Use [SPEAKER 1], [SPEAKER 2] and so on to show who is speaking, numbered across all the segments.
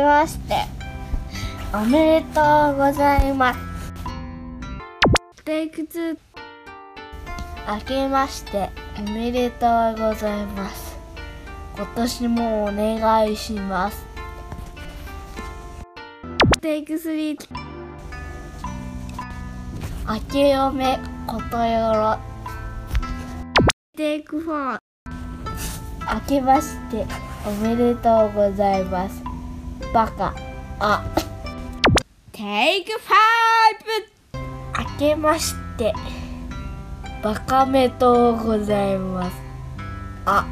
[SPEAKER 1] ましておめでとうございますテイク2明けましておめでとうございます今年もお願いしますテイク3明けおめことよろテイク4明けましておめでとうございますバカあテイク5明けましてバカめとうございますあ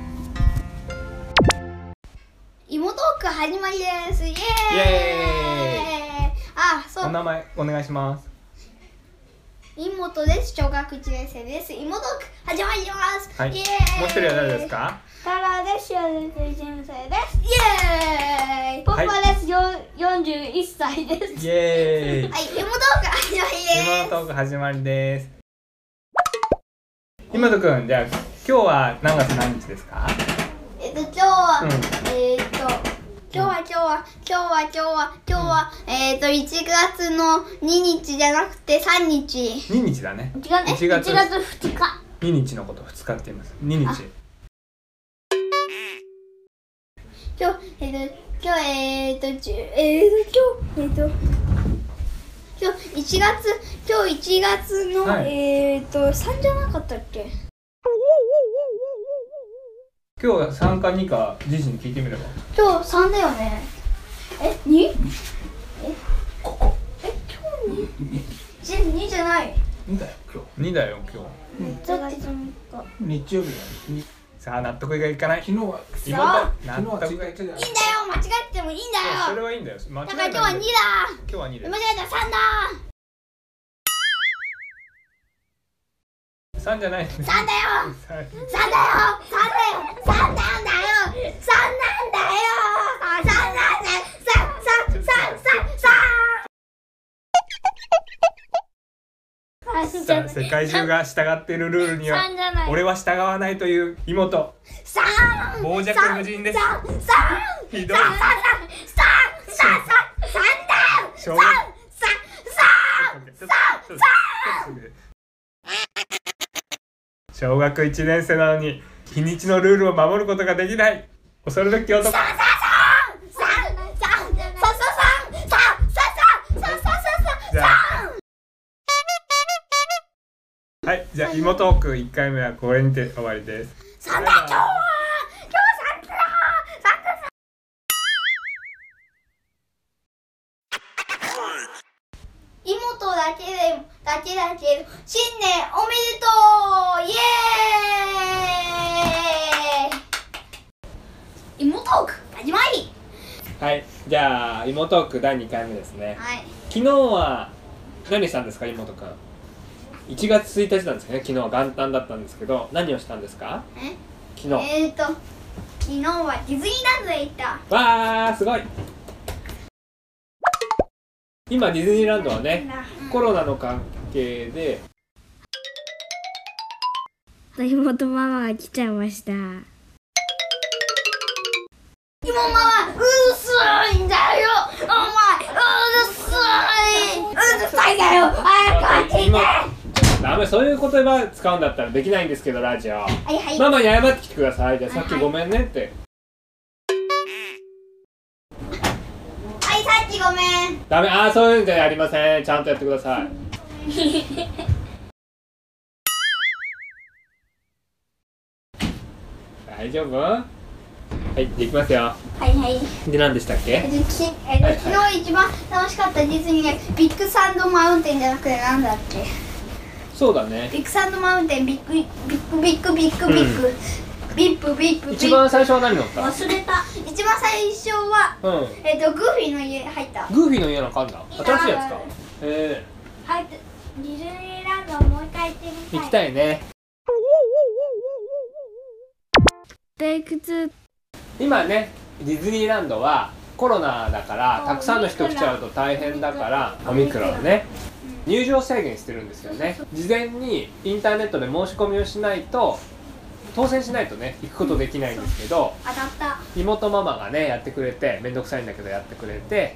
[SPEAKER 2] 妹トーク始まりですイエーイ
[SPEAKER 3] イエ
[SPEAKER 2] あそ
[SPEAKER 3] お
[SPEAKER 2] う
[SPEAKER 3] 名前お願いします。
[SPEAKER 2] 妹です小学1年生です妹トーク始まります、
[SPEAKER 3] はい。も
[SPEAKER 2] イエ
[SPEAKER 3] う
[SPEAKER 2] ーイ
[SPEAKER 3] 一人は誰ですか？
[SPEAKER 2] タラです小学1年生ですイエーイ
[SPEAKER 3] はい
[SPEAKER 2] です、よん41歳です
[SPEAKER 3] イエーイ。
[SPEAKER 2] はい妹トーク始まり
[SPEAKER 3] 今の
[SPEAKER 2] です
[SPEAKER 3] トーク始まりです。今とくんじゃあ今日は何月何日ですか？
[SPEAKER 2] えっと今日は、
[SPEAKER 3] うん
[SPEAKER 2] えっと今日は今日は今日は今日は今日は、えっと1月の2日じゃなくて3日
[SPEAKER 3] 二日だね。
[SPEAKER 2] 違
[SPEAKER 3] ね
[SPEAKER 2] う
[SPEAKER 3] 1月1月
[SPEAKER 2] 2日
[SPEAKER 3] 二日のこと二日って言います。二日。
[SPEAKER 2] 今日、えっ、と、今日、えっ、と、じゅえっ、と、今日、えっ、と。今日、一月、今日一月の、
[SPEAKER 3] はい
[SPEAKER 2] えっ、と、三じゃなかったっけ。
[SPEAKER 3] 今日は三か二か自身に聞いてみれば。
[SPEAKER 2] 今日三だよね。え、二。え、
[SPEAKER 3] ここ。
[SPEAKER 2] え、今日二。全二じゃない。
[SPEAKER 3] 二だよ今日。二だよ今日。
[SPEAKER 2] 一月三日。
[SPEAKER 4] 日曜日だに
[SPEAKER 3] さあ納得がいかない。
[SPEAKER 4] 昨日は
[SPEAKER 3] 妹は納
[SPEAKER 4] 昨日は違
[SPEAKER 3] 得
[SPEAKER 4] う
[SPEAKER 3] がいかない。
[SPEAKER 2] いいん
[SPEAKER 4] 違う
[SPEAKER 2] だよ、間違えてもいいんだ
[SPEAKER 3] それ
[SPEAKER 2] よ。
[SPEAKER 3] はいいんだよ。間違
[SPEAKER 2] だ
[SPEAKER 3] え
[SPEAKER 2] から、
[SPEAKER 3] ないんだ
[SPEAKER 2] 今日
[SPEAKER 3] よ
[SPEAKER 2] は二だ。
[SPEAKER 3] 今日は二だよ
[SPEAKER 2] 間。違えた、三だ。
[SPEAKER 3] 三じゃない。 三。
[SPEAKER 2] 三だよ。三だよ。三だよ。三なんだよ。三なんだよ。あ、三なんだよ。三、三、三、三、三。
[SPEAKER 3] さあ世界中が従っているルールには俺は従わないという妹
[SPEAKER 2] 三。
[SPEAKER 3] 傍若無人です
[SPEAKER 2] 三、三、三、
[SPEAKER 3] ひどい
[SPEAKER 2] 三、三、三、三だよ。
[SPEAKER 3] 小
[SPEAKER 2] 三、三、三。
[SPEAKER 3] 小学1年生なのに日にちのルールを守ることができない恐るべき男はいじゃあ妹トーク1回目はこれにて終わりです
[SPEAKER 2] 妹だけでもだけだけど新年おめでとうイエーイ妹トーク始まり
[SPEAKER 3] はいじゃあ妹トーク第2回目ですね
[SPEAKER 2] はい
[SPEAKER 3] 昨日は何したんですか妹くん1月1日なんですよね昨日元旦だったんですけど何をしたんですか
[SPEAKER 2] え
[SPEAKER 3] 昨日
[SPEAKER 2] えーと昨日はディズニーランドへ行った
[SPEAKER 3] わーすごい今ディズニーランドはね
[SPEAKER 2] うん
[SPEAKER 3] コロナの関係で
[SPEAKER 1] 妹ママが来ちゃいました
[SPEAKER 2] 今お前はうるさいんだよお前うるさいうるさいんだよ早く走って
[SPEAKER 3] 今ダメそういう言葉使うんだったらできないんですけどラジオ
[SPEAKER 2] はいはい
[SPEAKER 3] ママに謝ってきてくださいじゃあさっき
[SPEAKER 2] はい
[SPEAKER 3] ごめんねって
[SPEAKER 2] はいさっきごめん
[SPEAKER 3] ダメああそういうんじゃありませんちゃんとやってくださ い大丈夫はいできますよ
[SPEAKER 2] はいはい
[SPEAKER 3] で何でしたっ
[SPEAKER 2] え
[SPEAKER 3] け
[SPEAKER 2] っときえっと昨日一番楽しかったディズニーはビッグサンドマウンテンじゃなくてなんだっけ
[SPEAKER 3] そうだね
[SPEAKER 2] ビッグサンドマウンテンビッグビッグビッグビッグビッグビップビップビ
[SPEAKER 3] 一
[SPEAKER 2] ップ
[SPEAKER 3] 番最初は何乗った
[SPEAKER 2] 忘れた一番最初は
[SPEAKER 3] うん
[SPEAKER 2] えっとグーフィーの家入った
[SPEAKER 3] グーフィーの家なんかあんだ新しいやつかえ
[SPEAKER 2] 入ってディズニーランドもう一回行って
[SPEAKER 3] え行きたいね
[SPEAKER 1] テイク2
[SPEAKER 3] 今ねディズニーランドはコロナだからたくさんの人来ちゃうと大変だからオミクロンね入場制限してるんですよね事前にインターネットで申し込みをしないと当選しないとね行くことできないんですけど
[SPEAKER 2] 当たった
[SPEAKER 3] 妹ママがねやってくれてめんどくさいんだけどやってくれて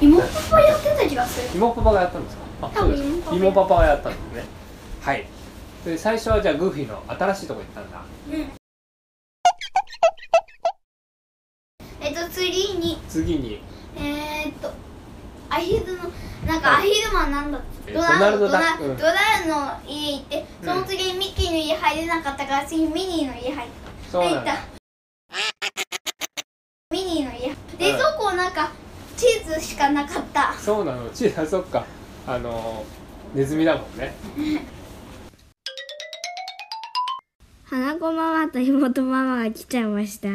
[SPEAKER 2] 妹もやってた気がする
[SPEAKER 3] 妹パパがやったんですかあそうですか
[SPEAKER 2] 多
[SPEAKER 3] 妹
[SPEAKER 2] 分妹
[SPEAKER 3] パパがやったんですねはいで最初はじゃあグーフィーの新しいとこ行ったんだ
[SPEAKER 2] えっと次に
[SPEAKER 3] 次に
[SPEAKER 2] えー、っとアヒルのなんかアヒルマンなんだっ
[SPEAKER 3] え
[SPEAKER 2] け
[SPEAKER 3] ー
[SPEAKER 2] ドナル
[SPEAKER 3] ド
[SPEAKER 2] ド
[SPEAKER 3] ナ
[SPEAKER 2] ド
[SPEAKER 3] ルドだうん
[SPEAKER 2] ナドナルドの家行ってその次にミッキーの家入れなかったから次にミニーの家入っ
[SPEAKER 3] そう
[SPEAKER 2] 入
[SPEAKER 3] な
[SPEAKER 2] っ
[SPEAKER 3] ん
[SPEAKER 2] た
[SPEAKER 3] だ
[SPEAKER 2] ミニーの家冷蔵庫なんかチーズしかなかった
[SPEAKER 3] そうなの チーあそっかあのネズミだもんね
[SPEAKER 1] 花子ママと妹ママが来ちゃいました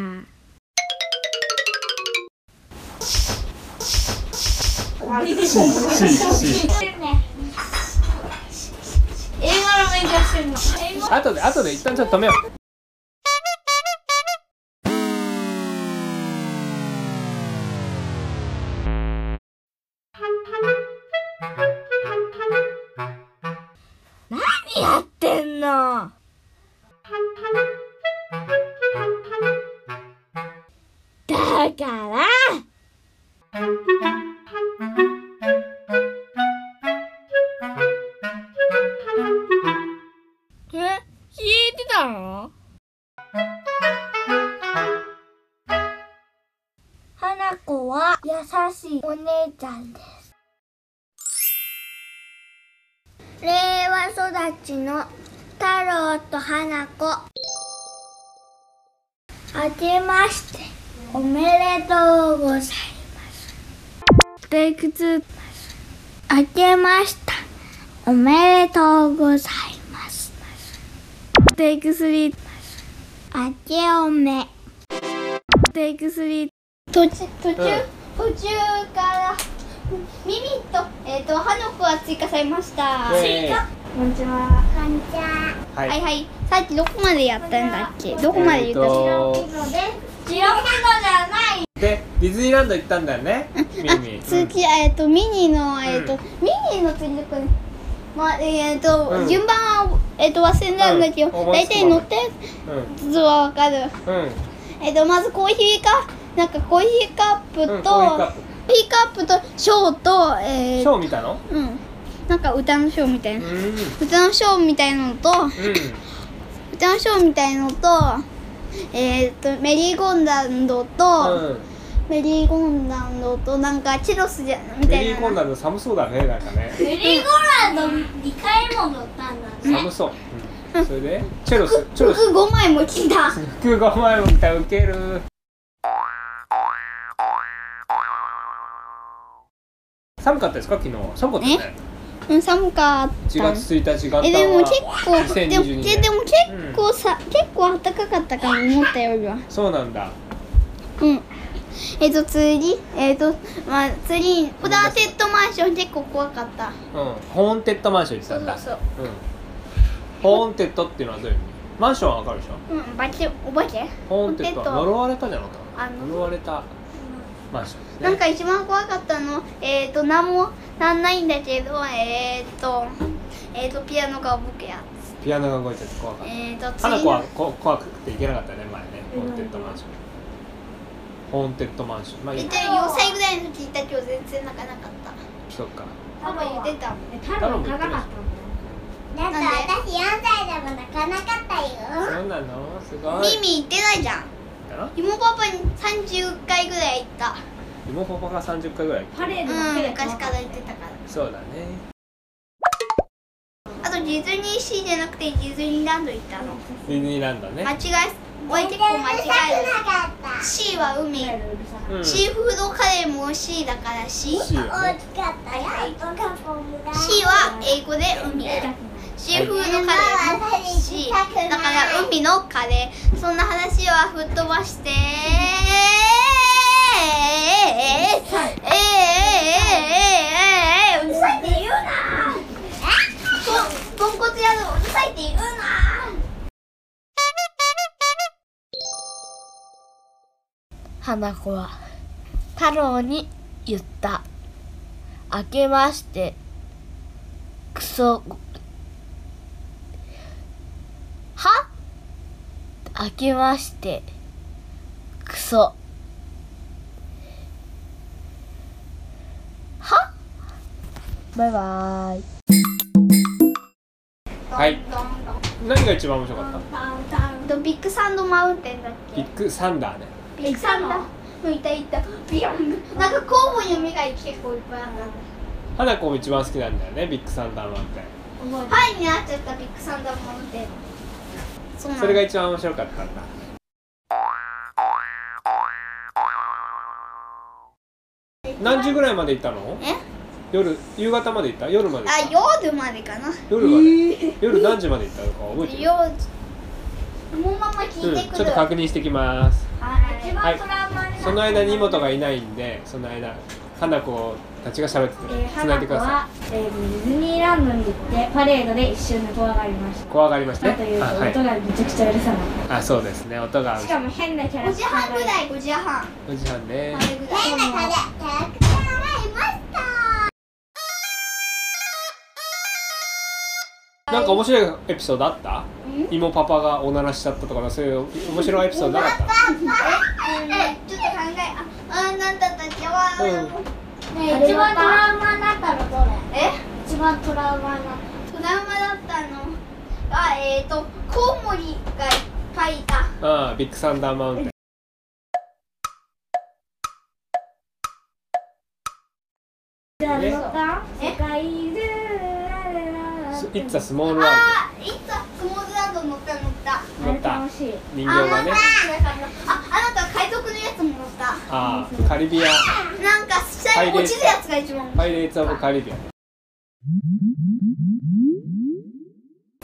[SPEAKER 2] 映画の勉強してるの英語
[SPEAKER 3] 後で後で一旦ちょっと止めよう
[SPEAKER 1] 何やってんのだからえ聞いてたの花子は優しいお姉ちゃんです令和育ちの太郎と花子あけましておめでとうございますテイク2あけましたおめでとうございますテイク3あけおめテイク3
[SPEAKER 2] 途中
[SPEAKER 3] う
[SPEAKER 2] 途中、
[SPEAKER 3] ん
[SPEAKER 2] 途中からミミとえっ、とハノコが追加されました。
[SPEAKER 3] イエーイ
[SPEAKER 2] こんにちは。
[SPEAKER 1] こんにちは
[SPEAKER 3] は
[SPEAKER 2] はい
[SPEAKER 3] い
[SPEAKER 2] はい。さっきどこまでやったんだっけ？どこまで言ったっけ？
[SPEAKER 3] えーと
[SPEAKER 2] ジラフのじゃない。
[SPEAKER 3] でディズニーランド行ったんだよねミミ
[SPEAKER 2] 次えっ、とミニーのえっ、
[SPEAKER 3] う
[SPEAKER 2] と、
[SPEAKER 3] ん
[SPEAKER 2] ミニーの次の子に。まあえっ、と、
[SPEAKER 3] うん
[SPEAKER 2] 順番はえっ、と忘れたんだけど、
[SPEAKER 3] うん
[SPEAKER 2] 大体乗ったや
[SPEAKER 3] うん
[SPEAKER 2] つはわかる。
[SPEAKER 3] うんうん
[SPEAKER 2] えっ、とまずコーヒーかなんかコーヒーカップ
[SPEAKER 3] う
[SPEAKER 2] と、
[SPEAKER 3] んコーヒーカップ
[SPEAKER 2] コーヒーカップとショーとえー
[SPEAKER 3] ショー見たの
[SPEAKER 2] うん、なんか歌のショーみたい
[SPEAKER 3] うん
[SPEAKER 2] な、
[SPEAKER 3] うん
[SPEAKER 2] 歌のショーみたいのと歌のショーみたいのとえっ、とメリーゴンダンド
[SPEAKER 3] う
[SPEAKER 2] と、
[SPEAKER 3] ん
[SPEAKER 2] メリーゴンダンドとなんかチュロスじゃみた
[SPEAKER 3] メ
[SPEAKER 2] い
[SPEAKER 3] リ
[SPEAKER 2] な
[SPEAKER 3] ーゴンダンド寒そうだねなんかねメリーゴンダンド2回も乗ったんだね寒そう、うん、それでチェロスチェロス
[SPEAKER 2] 服5枚も来た
[SPEAKER 3] 空が前を見たらウケる寒かったですか昨日寒かったよね
[SPEAKER 2] うん寒かった
[SPEAKER 3] 1月1日元旦は
[SPEAKER 2] えでも結構でも
[SPEAKER 3] 2022
[SPEAKER 2] え
[SPEAKER 3] 年
[SPEAKER 2] でも結構さ、結構暖かかったかな思ったよりは
[SPEAKER 3] そうなんだ
[SPEAKER 2] うんえっ、と次えっ、とまあ次ホダーテッドマンション結構怖かっ
[SPEAKER 3] う
[SPEAKER 2] た
[SPEAKER 3] んホーンテッドマンション行ってたんだ
[SPEAKER 2] そうそう
[SPEAKER 3] うんホーンテッドっていうのはどういう意味マンションはわかるでしょ
[SPEAKER 2] うんお化けお化け
[SPEAKER 3] ホーンテッドは
[SPEAKER 2] ホーンテッド
[SPEAKER 3] 呪われたじゃなかった
[SPEAKER 2] あの
[SPEAKER 3] 呪われたマンションですね
[SPEAKER 2] なんか一番怖かったのえっ、ー、と何もなんないんだけどえっ、ー、とえっ、ー、とピアノが僕や
[SPEAKER 3] ピアノが動いてて怖かった
[SPEAKER 2] えっ、ー、と
[SPEAKER 3] 花
[SPEAKER 2] 次
[SPEAKER 3] 子は
[SPEAKER 2] の
[SPEAKER 3] こ怖くて行けなかったね前ねホーンテッドマンションホーンテッドマンションまあい
[SPEAKER 2] 一
[SPEAKER 3] い
[SPEAKER 2] 体4歳ぐらいの時いたけど全然泣かなかった
[SPEAKER 3] そっか
[SPEAKER 2] パパ言ってたもん
[SPEAKER 3] 太郎も行ってるし
[SPEAKER 4] なんか私4歳でも泣かなかったよ。
[SPEAKER 3] そうなのすごい
[SPEAKER 2] ミミ行ってないじゃん
[SPEAKER 3] だな
[SPEAKER 2] 妹パパに30回ぐらい行った
[SPEAKER 3] 妹パパが30回ぐらい
[SPEAKER 4] パレ
[SPEAKER 2] う
[SPEAKER 4] ー
[SPEAKER 2] ん昔から言ってたから
[SPEAKER 3] そうだね
[SPEAKER 2] あとディズニーシーじゃなくてディズニーランド行ったの
[SPEAKER 3] ディズニーランドね
[SPEAKER 2] 間違え俺結構間違える
[SPEAKER 4] なかった。
[SPEAKER 2] C は海
[SPEAKER 3] うん
[SPEAKER 2] シーフードカレーも C だから C
[SPEAKER 3] シーはね
[SPEAKER 4] 大きかったよ。おかぽむだ。
[SPEAKER 2] C は英語で海シーフードカレーの C だから海のカレーそんな話は吹っ飛ばしてえーえーえーえーえーえーえーえーうるさいって言うなえとんこつ屋のうるさいって言うな
[SPEAKER 1] 花子は太郎に言った「明けましてクソは明けましてクソはバイバイ
[SPEAKER 3] はい何が一番面白かっ
[SPEAKER 2] とビッグサンドマウンテンだった
[SPEAKER 3] ビッグサンダーね
[SPEAKER 2] けビッグサンドうんいたいたビヨンなんかこうも夢が結構いっぱいあるんだ
[SPEAKER 3] 花子も一番好きなんだよねビッグサンダーマウンテン
[SPEAKER 2] ハイになっちゃったビッグサンダーマウンテンそうなんだ
[SPEAKER 3] それが一番面白かったんだ何時ぐらいまで行ったの
[SPEAKER 2] え
[SPEAKER 3] 夜夕方まで行った夜まで行った
[SPEAKER 2] あ夜までかな
[SPEAKER 3] 夜まで夜何時まで行ったのか覚えてる
[SPEAKER 2] 夜もうまま聞いて
[SPEAKER 3] うん、
[SPEAKER 2] く
[SPEAKER 3] ちょ
[SPEAKER 2] る、
[SPEAKER 3] っと確認してきます
[SPEAKER 2] はい
[SPEAKER 3] はいその間に妹がいないんでその間花子たちが喋って
[SPEAKER 5] えー、
[SPEAKER 3] てつない
[SPEAKER 5] 花
[SPEAKER 3] でく
[SPEAKER 5] 子
[SPEAKER 3] ださ
[SPEAKER 5] は、えー、ディズニーランドに行ってパレードで一瞬怖がりまし
[SPEAKER 3] い怖がりました
[SPEAKER 5] た。
[SPEAKER 3] ね
[SPEAKER 5] というと
[SPEAKER 3] あはい
[SPEAKER 5] 音がめちゃくちゃうるさかっ
[SPEAKER 3] あそうですね音が
[SPEAKER 5] た。しかも変なキャラ
[SPEAKER 2] 5
[SPEAKER 5] ク
[SPEAKER 2] 時
[SPEAKER 5] ター
[SPEAKER 2] 半
[SPEAKER 5] が
[SPEAKER 2] ぐらい5時半
[SPEAKER 3] おじさんね
[SPEAKER 2] あれぐらい
[SPEAKER 4] 変な彼キャラクターがいました
[SPEAKER 3] なんか面白いエピソードあった芋パパがおならしちゃったとかそういう面白いエピソードなかっ
[SPEAKER 2] えちょっと考えああなんだったっけわ
[SPEAKER 3] た、う
[SPEAKER 2] ー、
[SPEAKER 3] ん、
[SPEAKER 4] ね一番トラウマになったのどれ
[SPEAKER 2] え
[SPEAKER 4] 一番トラウマになっ
[SPEAKER 2] トラウマだったのあえっ、ー、とコウモリがいっぱいいた
[SPEAKER 3] ああビッグサンダーマウンテン
[SPEAKER 5] じゃあ、
[SPEAKER 3] ね
[SPEAKER 5] どうか
[SPEAKER 2] え
[SPEAKER 5] 世界中ララララ
[SPEAKER 3] 「いつはスモールワ
[SPEAKER 2] あーいつスモールランド乗った乗った
[SPEAKER 5] あ
[SPEAKER 3] ールド」乗っ
[SPEAKER 5] れ
[SPEAKER 3] た
[SPEAKER 5] 楽しい。
[SPEAKER 3] 人
[SPEAKER 2] あ
[SPEAKER 3] 形がね
[SPEAKER 2] なんかああなた海賊のやつも乗った
[SPEAKER 3] ああカリビア
[SPEAKER 2] なんか下に落ちるやつが一番面白い
[SPEAKER 3] パイレーツ・オブ・カリビアン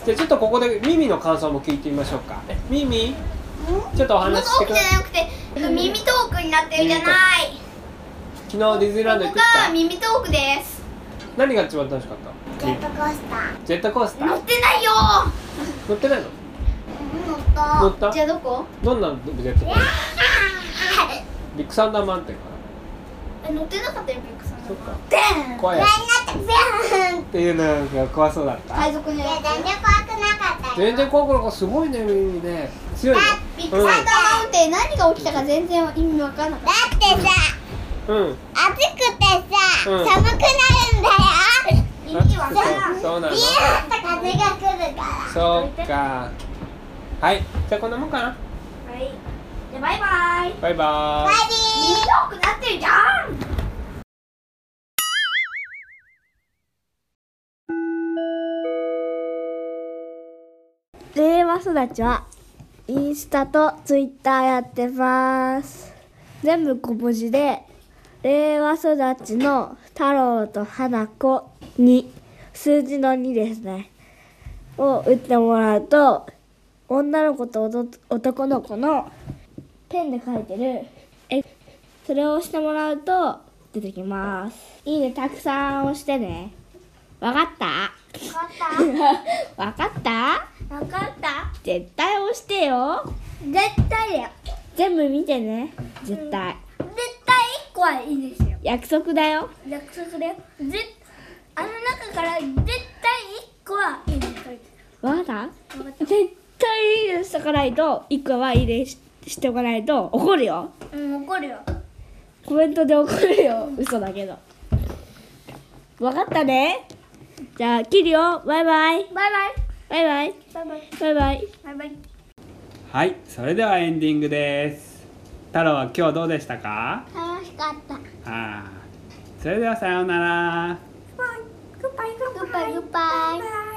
[SPEAKER 3] じゃあちょっとここでミミの感想も聞いてみましょうかミミちょっとお
[SPEAKER 2] 物
[SPEAKER 3] 話しし
[SPEAKER 2] 多
[SPEAKER 3] て
[SPEAKER 2] く
[SPEAKER 3] く
[SPEAKER 2] じ
[SPEAKER 3] だ
[SPEAKER 2] ゃなくて耳トークになってるじゃない
[SPEAKER 3] 昨日ディズニーランド行っ
[SPEAKER 2] ここ
[SPEAKER 3] てきた
[SPEAKER 2] が耳トークです
[SPEAKER 3] 何が一番楽しかった
[SPEAKER 4] たジェットコースター
[SPEAKER 3] ジェットコースタ
[SPEAKER 2] 乗
[SPEAKER 3] ー
[SPEAKER 2] ってないよ
[SPEAKER 3] 乗ってないの
[SPEAKER 2] 乗っ
[SPEAKER 3] 乗った
[SPEAKER 2] じゃあどこ
[SPEAKER 3] どんなジェットコースタービッグサンダーマウンテンか
[SPEAKER 2] え乗ってなかったよビッグさん
[SPEAKER 3] なそっか
[SPEAKER 2] でーん
[SPEAKER 3] 怖いや
[SPEAKER 4] 全
[SPEAKER 3] つっていうのが怖そうだった
[SPEAKER 2] 海賊の
[SPEAKER 4] いや
[SPEAKER 2] や
[SPEAKER 4] 全
[SPEAKER 2] つ
[SPEAKER 4] 然怖くなかったよ
[SPEAKER 3] 全然怖くないすごいねミミね強いね
[SPEAKER 2] ビッグサンダーマウンテン何が起きたか全然意味わかんなかっ
[SPEAKER 4] だってさ
[SPEAKER 3] うんうん
[SPEAKER 4] 暑くてさ、
[SPEAKER 3] うん
[SPEAKER 4] 寒くなるんだよ
[SPEAKER 2] た意味わかんない
[SPEAKER 3] そうそうなの
[SPEAKER 4] ビューンと風が来るから
[SPEAKER 3] そうかはいじゃあこんなもんかな
[SPEAKER 5] はい。じゃあ、バイバイ。
[SPEAKER 3] バイバーイ
[SPEAKER 4] バイビー
[SPEAKER 2] 耳トークなってるじゃん
[SPEAKER 1] 令和育ちはインスタとツイッターやってます全部小文字で令和育ちの太郎と花子に数字の2ですねを打ってもらうと女の子と男男の子のペンで書いてるえそれを押してもらうと出てきますいいねたくさん押してねわかった わかったわかった絶対押してよ絶対だよ全部見てね絶対、
[SPEAKER 2] 絶対1個はいいですよ
[SPEAKER 1] 約束だよ
[SPEAKER 2] 約束だよ絶あの中から絶対1個はいいですよ
[SPEAKER 1] わかった絶対いいですしとかないと一個はいいですしておかないと怒るよ
[SPEAKER 2] うん怒るよ
[SPEAKER 1] コメントで怒るよ嘘だけどわかったねじゃあ切るよバイバイ
[SPEAKER 2] バイバイ
[SPEAKER 1] バイバイ
[SPEAKER 2] バイバイ
[SPEAKER 1] バイバイ
[SPEAKER 2] バイバイ
[SPEAKER 3] はい、それではエンディングです。太郎は今日どうでしたか？
[SPEAKER 2] 楽しかったグ
[SPEAKER 3] ああ、それではさようなら。
[SPEAKER 2] ッバイグッバイグッバイ